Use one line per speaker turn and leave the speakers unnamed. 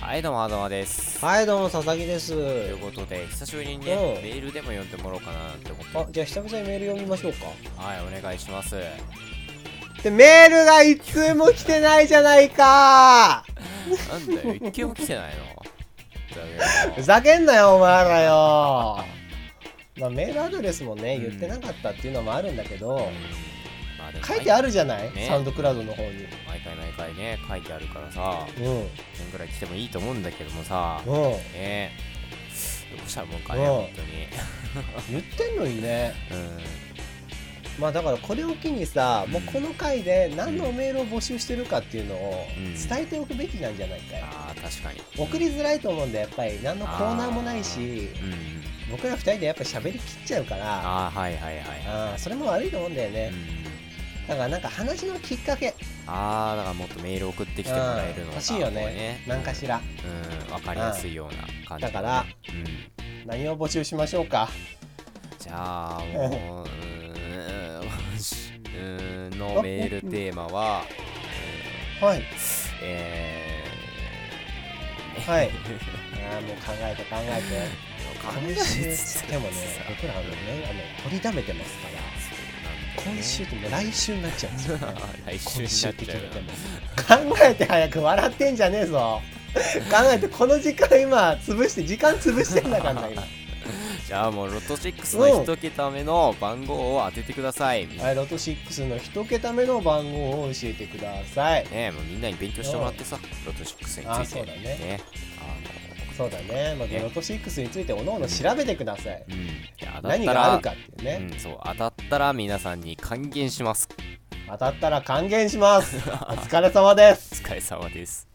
はいどうもあどうもです
はいどうも佐々木です
ということで久しぶりにね
うん
メールでも読んでもらおうかなって思って
あじゃあ久々にメール読みましょうか
はいお願いします
でメールが一通も来てないじゃないか
なんだ よ一件も来てないの
ふざけんなよお前らよ、まあ、メールアドレスもね
うん
言ってなかったっていうのもあるんだけど、書いて
あ
あるじゃない、
ね
サウンドクラウドの方に
毎回毎回ね書いてあるからさ
うん
1件ぐらい来てもいいと思うんだけどもさね
うん
えどうしたもんかね
うん
本当に
言ってんのにね
うん
まあだからこれを機にさ、
うん
もうこの回で何のメールを募集してるかっていうのを
うん
伝えておくべきなんじゃないかよ、
あー確かに
送りづらいと思うんだやっぱり何のコーナーもないし
うん
僕ら2人でやっぱ喋りきっちゃうからあ
ああはいはいは
あーそれも悪いと思うんだよ
い、う
ね、
ん、
だからなんか話のきっかけ
ああだからもっとメール送ってきてもらえるの
うん
が
欲しいよね
こう
何かしら
うん、わかりやすいような感じ、ね
だから、
うん、
何を募集しましょうか
じゃあもう、うーん、うーんのメールテーマは、
はい
え
はいあーもう考えて考えて
ー、
今週つってもね僕らあのねあの取りだめてますから今週ってもう来週になっちゃうんですよ ね
来週
今
に
週
な
っ
ってち
決
ゃう
め
よ
ても考えて早く笑ってんじゃねえぞ考えてこの時間今潰して時間潰してんだから今
じゃあもうロト6の一桁目の番号を当ててください、
はいロト6の一桁目の番号を教えてください
ねもうみんなに勉強してもらってさロト6について
あーそうだね
あ
そうだねまずロト6についておのおの調べてください
のうんいや当たっ
何
た
があ
ら
るかっていうね、
うん、そう当たったら皆さんに還元します
当たったら還元しますお疲れ様です
お疲れ様です